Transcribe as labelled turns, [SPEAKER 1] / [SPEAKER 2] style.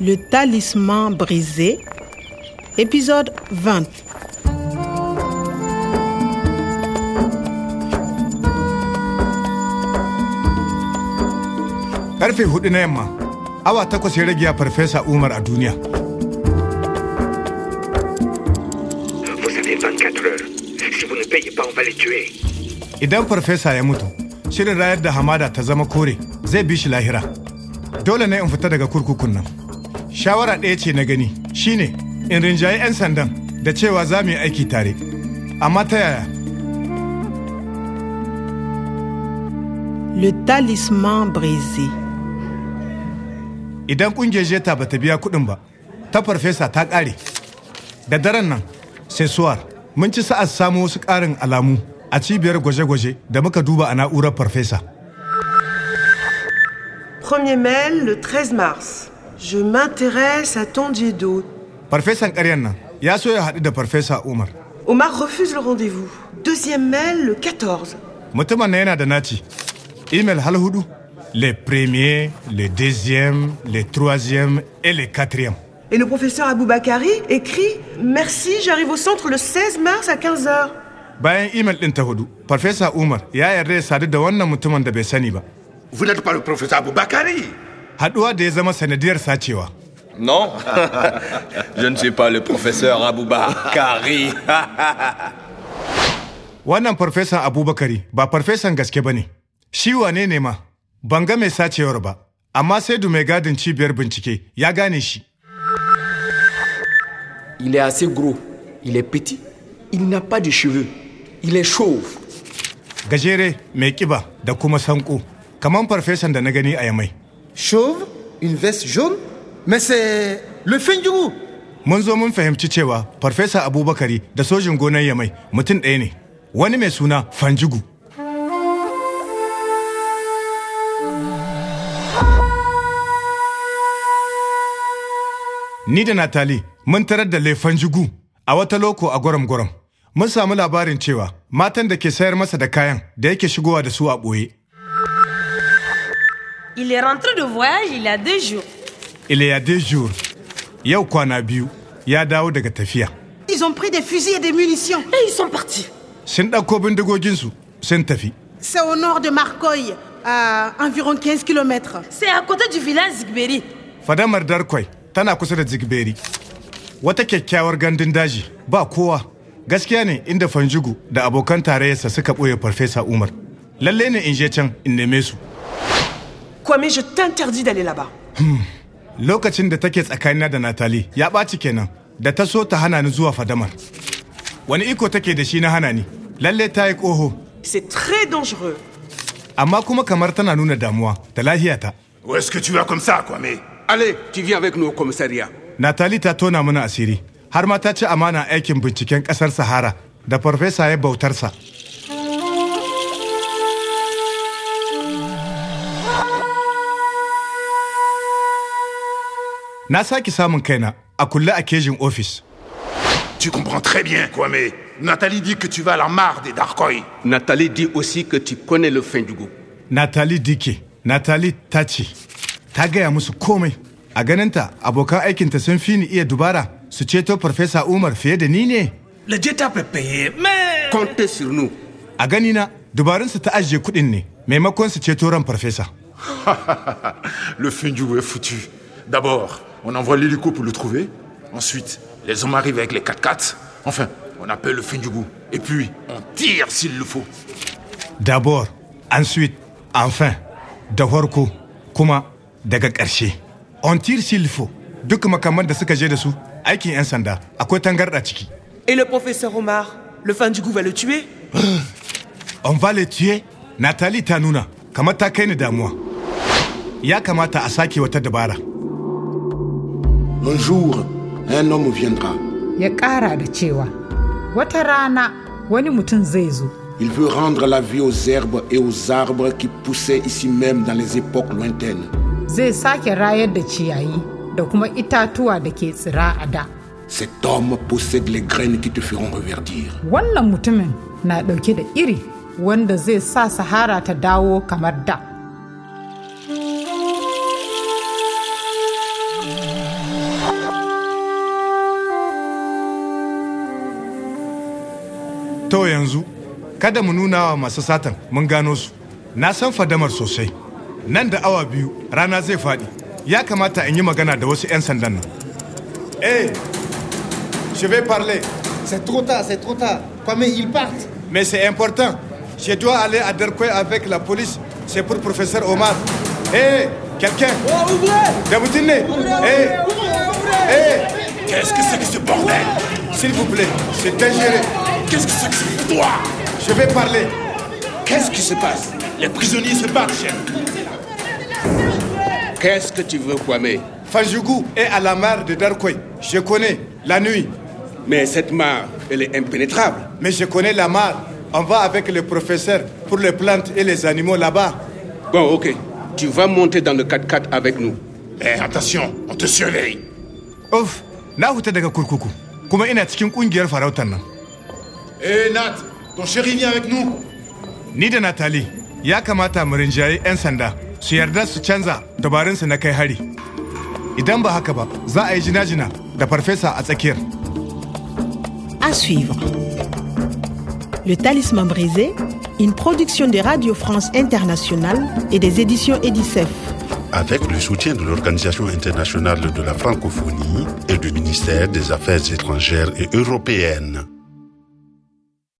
[SPEAKER 1] Le talisman brisé, épisode 20.
[SPEAKER 2] Karfe hudu na yamma, awa takwas ya rage farfesa Umar a duniya.
[SPEAKER 3] Vous avez 24 heures. Si vous ne payez pas, on va les tuer.
[SPEAKER 2] Idan farfesa ya mutu, shirin rayar da hamada ta zama kore zai bi shi lahira. Dole ne in fita daga kurkukun nan. Shawara ɗaya ce na gani shine in rinjayi 'yan sandan da cewa za mu yi aiki tare. Amma ta yaya?
[SPEAKER 1] Le talisman brisé.
[SPEAKER 2] Idan ƙungiyar jeta ba ta biya kuɗin ba, ta farfesa ta ƙare. Da daren nan, sai suwar, mun ci sa'ar samu wasu ƙarin alamu a cibiyar gwaje-gwaje da muka duba a na'urar farfesa.
[SPEAKER 4] Premier mail le 13 mars. Je m'intéresse à Tondiedo.
[SPEAKER 2] Farfesan ƙaryan nan ya so ya haɗu da farfesa Umar.
[SPEAKER 4] Omar refuse le rendez-vous. Deuxième mail le 14.
[SPEAKER 2] Mutumin na yana da naci. Email hal hudu. Le premier, le deuxième, le troisième et le quatrième.
[SPEAKER 4] Et le professeur Aboubakari écrit Merci, j'arrive au centre le 16 mars à 15h.
[SPEAKER 2] Bayan email ɗin ta hudu, farfesa Umar ya yarda ya sadu da wannan mutumin da bai sani ba.
[SPEAKER 3] Vous n'êtes pas le professeur Aboubakari
[SPEAKER 2] Haɗuwa da ya zama sanadiyar sacewa.
[SPEAKER 5] Non Je ne suis pas le professeur Abouba Kari.
[SPEAKER 2] Wannan farfesan Abubakari ba farfesan gaske ba ne. Shi wane ne ma? Ban ga mai sacewar ba, amma sai du mai gadin cibiyar bincike ya gane shi.
[SPEAKER 6] Il est assez gros, il est petit, il n'a pas de cheveux, il est chauve.
[SPEAKER 2] Gajere, mai kiba da kuma sanko, kamar farfesan da na gani a yamai.
[SPEAKER 7] chauve, une veste jaune, mais c'est le fin du goût.
[SPEAKER 2] Mun zo mun fahimci cewa Farfesa Abubakari da sojin gonar Yamai mutum ɗaya ne, wani mai suna Fanjigu. Ni da Natali mun tarar da Le Fanjigu a wata loko a gwaram-gwaram. Mun samu labarin cewa matan da ke sayar masa da kayan da yake shigowa da su a ɓoye.
[SPEAKER 8] Il est rentré de voyage il y a deux jours.
[SPEAKER 2] Il y a deux jours, yau kwana biyu ya dawo daga tafiya.
[SPEAKER 4] Ils ont pris des fusils et des munitions.
[SPEAKER 8] Et ils sont partis.
[SPEAKER 2] Sun ɗauko bindigoginsu sun tafi.
[SPEAKER 4] C'est au nord de Marcoy, à environ 15 km.
[SPEAKER 8] C'est à côté du village Zigberi.
[SPEAKER 2] Fadamar Darkwai tana kusa da Zigberi. Wata kyakkyawar gandun daji ba kowa. Gaskiya ne inda Fanjugu da abokan tarayyarsa suka ɓoye Farfesa Umar. Lalle ne in je can in neme su.
[SPEAKER 4] Kwame, je t'interdis d'aller là-bas.
[SPEAKER 2] Lokacin da take tsakanina da Natali ya ɓaci kenan da ta so ta hana ni zuwa Fadamar. Wani iko take da shi na hana ni? Lalle ta yi ƙoho,
[SPEAKER 4] C'est très dangereux.
[SPEAKER 2] amma kuma kamar tana nuna damuwa da lahiyata.
[SPEAKER 3] Où est-ce que tu vas comme ça, Kwame
[SPEAKER 9] Allez, tu viens avec nous au commissariat.
[SPEAKER 2] Natali ta tona mana asiri, har ma ta ci amana aikin binciken ƙasar Sahara da farfesa ya bautarsa. Na sake samun kaina a kulle a kejin ofis.
[SPEAKER 3] Tu comprends très bien, Kwame. Nathalie dit que tu vas à la mare des Darkoy.
[SPEAKER 9] Nathalie dit aussi que tu connais le fin du goût.
[SPEAKER 2] Natali Dike, Natali ta ce, ta gaya musu komai. A ganinta abokan aikinta sun fi ni iya dubara su ceto farfesa Umar fiye da ni ne.
[SPEAKER 10] Le dieta peut payer, mais
[SPEAKER 9] Comptez sur nous.
[SPEAKER 2] A ganina dubarunsu ta ajiye kuɗin ne maimakon su ceto ran farfesa.
[SPEAKER 3] le fin du goût est foutu. D'abord, on envoie l'hélico pour le trouver. Ensuite, les hommes arrivent avec les 4x4. Enfin, on appelle le fin du goût. Et puis, on tire s'il le faut.
[SPEAKER 2] D'abord, ensuite, enfin, da farko, kuma daga ƙarshe. On tire s'il faut. Duk makaman da suka je da su aikin 'yan sanda akwai tangarɗa ciki.
[SPEAKER 4] Et le professeur Omar, le fin du goût va le tuer
[SPEAKER 2] On va le tuer? Natali ta nuna kamar ta kai ni damuwa. Ya kamata a sake wata dabara.
[SPEAKER 11] Un jour, un homme viendra.
[SPEAKER 12] ya ƙara da cewa wata rana wani mutum zai zo
[SPEAKER 11] Il veut rendre la vie aux herbes et aux arbres qui poussaient ici même dans les époques lointaines.
[SPEAKER 12] zai sake rayar da ciyayi da kuma itatuwa da ke tsira a da
[SPEAKER 11] Cet homme possède les graines qui te feront reverdir.
[SPEAKER 12] wannan mutumin na ɗauke da iri wanda zai sa sahara ta dawo kamar da
[SPEAKER 2] to yanzu kada mu nuna wa masu satan mun gano su na san fadamar sosai nan da awa biyu rana zai faɗi ya kamata in yi magana da wasu 'yan sandan nan
[SPEAKER 7] Eh Je vais parler. C'est trop tard, c'est trop tard. Kwame, ils partent.
[SPEAKER 2] mais c'est important je dois aller à Derkwe avec la police c'est pour professeur Omar Eh, quelqu'un Daboutine Eh, eh
[SPEAKER 3] Qu'est-ce que c'est que ce bordel
[SPEAKER 2] S'il vous plaît, c'est dangereux.
[SPEAKER 3] Qu'est-ce que c'est que ce foutoir
[SPEAKER 2] Je vais parler.
[SPEAKER 3] Qu'est-ce qui se passe Les prisonniers se battent, chef.
[SPEAKER 9] Qu'est-ce que tu veux, Kwame
[SPEAKER 2] Fajougou est à la mare de Darkwe. Je connais la nuit.
[SPEAKER 9] Mais cette mare, elle est impénétrable.
[SPEAKER 2] Mais je connais la mare. On va avec le professeur pour les plantes et les animaux là-bas.
[SPEAKER 9] Bon, ok. Tu vas monter dans le 4x4 avec nous.
[SPEAKER 3] Mais attention, on te surveille.
[SPEAKER 2] Ouf, na huta daga kurkuku. Kuma ina cikin kungiyar farautar nan.
[SPEAKER 3] Eh Nat, ton chéri vient avec nous.
[SPEAKER 2] Ni da Natali, ya kamata mu rinjaye 'yan sanda su yarda su canza dabarunsu na kai hari. Idan ba haka ba, za a yi jina-jina da farfesa a tsakiyar.
[SPEAKER 1] À suivre. Le Talisman brisé, une production de Radio France Internationale et des éditions Edicef.
[SPEAKER 13] Avec le soutien de l'Organisation internationale de la francophonie et du ministère des Affaires étrangères et européennes.